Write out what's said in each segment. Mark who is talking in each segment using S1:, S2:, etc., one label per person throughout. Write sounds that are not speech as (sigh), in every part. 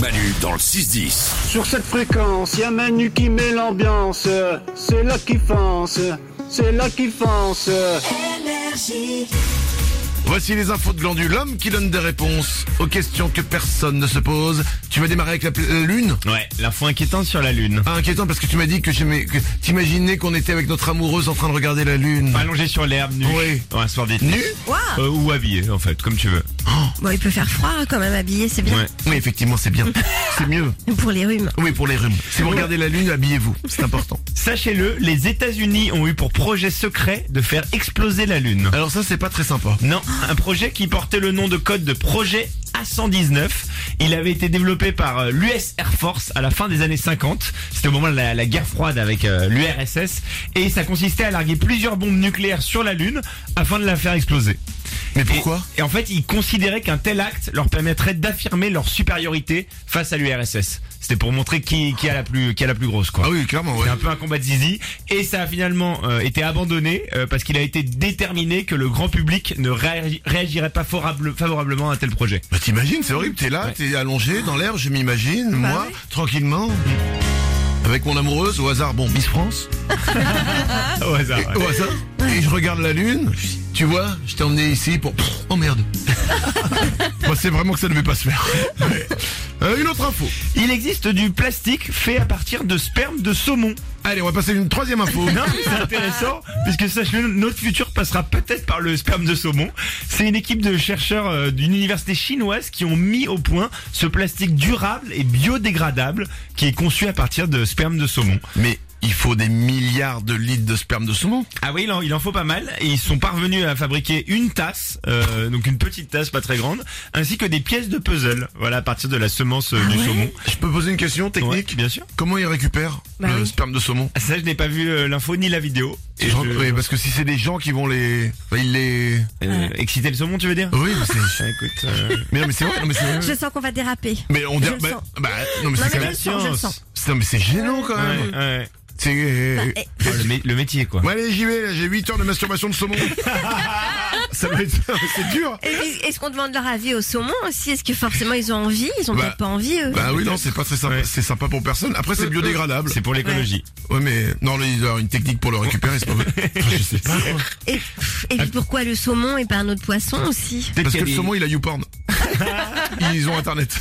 S1: Manu dans le 6-10.
S2: Sur cette fréquence, y a Manu qui met l'ambiance. C'est là qu'il fonce, c'est là qu'il fonce.
S3: Voici les infos de Glandu, l'homme qui donne des réponses aux questions que personne ne se pose. Tu vas démarrer avec la, pla- la lune
S4: Ouais, l'info inquiétante sur la Lune.
S3: Ah, Inquiétant parce que tu m'as dit que, j'aimais- que t'imaginais qu'on était avec notre amoureuse en train de regarder la lune.
S4: Allongé sur l'herbe, nu.
S3: Oui.
S4: Ouais, un soir d'été.
S3: Nu
S4: Euh, ou habillé, en fait, comme tu veux.
S5: Bon, il peut faire froid quand même, habillé, c'est bien.
S3: Oui, effectivement, c'est
S5: (laughs)
S3: bien. C'est mieux.
S5: Pour les rhumes.
S3: Oui, pour les rhumes. Si vous regardez la lune, habillez-vous. C'est
S5: (laughs)
S3: important.
S4: Sachez-le, les États-Unis ont eu pour projet secret de faire exploser la Lune. Euh,
S3: Alors ça, c'est pas très sympa.
S4: Non, un projet qui portait le nom de code de projet A119. Il avait été développé par euh, l'US Air Force à la fin des années 50. C'était au moment de la, la guerre froide avec euh, l'URSS. Et ça consistait à larguer plusieurs bombes nucléaires sur la Lune afin de la faire exploser.
S3: Mais pourquoi
S4: et, et en fait, ils considéraient qu'un tel acte leur permettrait d'affirmer leur supériorité face à l'URSS. C'était pour montrer qui, qui a la plus qui a la plus grosse quoi.
S3: Ah oui, clairement, ouais.
S4: C'est un peu un combat de zizi et ça a finalement euh, été abandonné euh, parce qu'il a été déterminé que le grand public ne réagi- réagirait pas favorable- favorablement à un tel projet.
S3: Bah t'imagines, c'est horrible, t'es là,
S4: Ouais.
S3: t'es allongé dans l'air, je m'imagine,
S5: Bah
S3: moi, tranquillement, avec mon amoureuse, au hasard, bon, Miss France, Ah.
S4: Au hasard.
S3: et- au hasard, et je regarde la lune, tu vois, je t'ai emmené ici pour... Pff, oh
S4: (laughs)
S3: merde Moi, c'est vraiment que ça ne devait pas se faire. Ouais. Euh, une autre info.
S4: Il existe du plastique fait à partir de sperme de saumon.
S3: Allez, on va passer à une troisième
S4: (laughs)
S3: info.
S4: Non, mais c'est intéressant, puisque sache-le, notre futur passera peut-être par le sperme de saumon. C'est une équipe de chercheurs euh, d'une université chinoise qui ont mis au point ce plastique durable et biodégradable qui est conçu à partir de sperme de saumon.
S3: Mais il faut des milliards de litres de sperme de saumon.
S4: Ah oui, il en, il en faut pas mal. Et ils sont parvenus à fabriquer une tasse, euh, donc une petite tasse pas très grande, ainsi que des pièces de puzzle. Voilà, à partir de la semence euh, du saumon.
S3: Je peux poser une question Ah technique
S4: Ouais, bien sûr.
S3: Comment ils récupèrent
S5: Bah
S3: le
S5: oui.
S3: sperme de saumon
S4: Ah, Ça, je n'ai pas vu euh, l'info ni la vidéo. Et
S3: Je-
S4: je-
S3: Oui, parce que si c'est des gens qui vont les... bah, ils les...
S4: Euh, exciter le saumon, tu veux dire
S3: Oui, mais c'est...
S4: Ah,
S3: (laughs)
S4: Écoute, euh,
S3: Mais non, mais c'est vrai, non, mais c'est vrai.
S5: Je sens qu'on va déraper.
S3: Mais on dirait.
S5: Je le
S3: Bah,
S5: sens.
S3: bah, non, mais c'est
S5: Non, mais
S3: quand
S5: je
S3: même.
S5: le sens, je le sens.
S3: c'est- Non, mais c'est gênant quand même.
S4: ouais, ouais.
S3: C'est.
S5: Eh,
S4: Oh, le, mé- le métier,
S5: Bah,
S4: quoi.
S3: Bon, allez, j'y vais, là, j'ai 8 heures de masturbation de saumon. Ça va être. C'est dur.
S5: et- Est-ce qu'on demande leur avis au saumon aussi Est-ce que forcément ils ont envie Ils ont
S3: Bah,
S5: peut-être pas envie eux
S3: Bah oui, non, c'est pas très sympa.
S4: Ouais. Euh,
S3: C'est sympa pour personne. Après, c'est biodégradable.
S4: C'est pour l'écologie.
S3: Ouais, mais. Non, là, il doit y avoir une technique pour le récupérer, c'est pas
S4: (laughs)
S3: vrai. Enfin, je sais pas.
S5: Et, pff, et puis pourquoi le saumon et pas un autre poisson aussi
S4: Peut-être
S3: Parce que
S4: qu'il y a
S3: le
S4: des-
S3: saumon, il a YouPorn. Ils ont internet.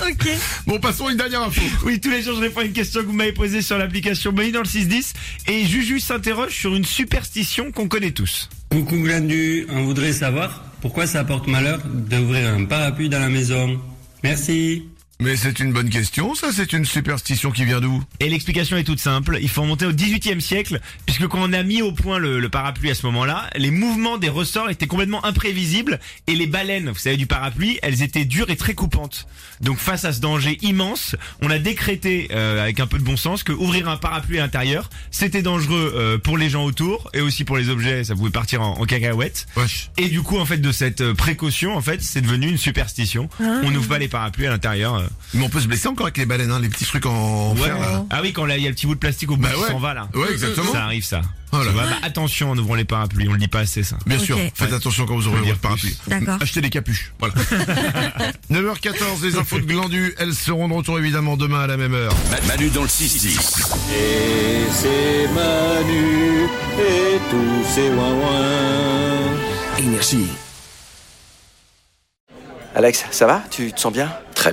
S5: Ok.
S3: Bon, passons à une dernière info.
S4: Oui, tous les jours, je réponds à une question que vous m'avez posée sur l'application Money dans le 610. Et Juju s'interroge sur une superstition qu'on connaît tous.
S6: Coucou Glandu, on voudrait savoir pourquoi ça porte malheur d'ouvrir un parapluie dans la maison. Merci.
S3: Mais c'est une bonne question, ça, c'est une superstition qui vient d'où
S4: Et l'explication est toute simple, il faut remonter au 18e siècle, puisque quand on a mis au point le, le parapluie à ce moment-là, les mouvements des ressorts étaient complètement imprévisibles, et les baleines, vous savez, du parapluie, elles étaient dures et très coupantes. Donc face à ce danger immense, on a décrété, euh, avec un peu de bon sens, que ouvrir un parapluie à l'intérieur, c'était dangereux euh, pour les gens autour, et aussi pour les objets, ça pouvait partir en, en cacahuète.
S3: Wesh.
S4: Et du coup, en fait, de cette euh, précaution, en fait, c'est devenu une superstition. On n'ouvre pas les parapluies à l'intérieur. euh.
S3: Mais on peut se blesser encore avec les baleines, hein, les petits trucs en
S4: Ouais.
S3: fer, là.
S4: Ah oui, quand là, il y a le petit bout de plastique au bout
S3: Bah
S4: qui
S3: ouais.
S4: s'en va là.
S3: Ouais, exactement.
S4: Ça arrive ça.
S3: Oh là
S4: Tu vois, bah, attention en ouvrant les parapluies, on le dit pas assez ça.
S3: Bien
S5: Ok.
S3: sûr, faites attention quand vous aurez
S4: Faut dire
S3: votre parapluie.
S5: plus. D'accord.
S3: Achetez des capuches.
S4: (laughs)
S3: Voilà. 9h14, les infos de Glandu, elles seront de retour évidemment demain à la même heure.
S1: Ma- Manu dans le 6-10.
S7: Et c'est Manu et tous ses ouin
S1: Énergie.
S8: Alex, ça va Tu te sens bien
S7: Très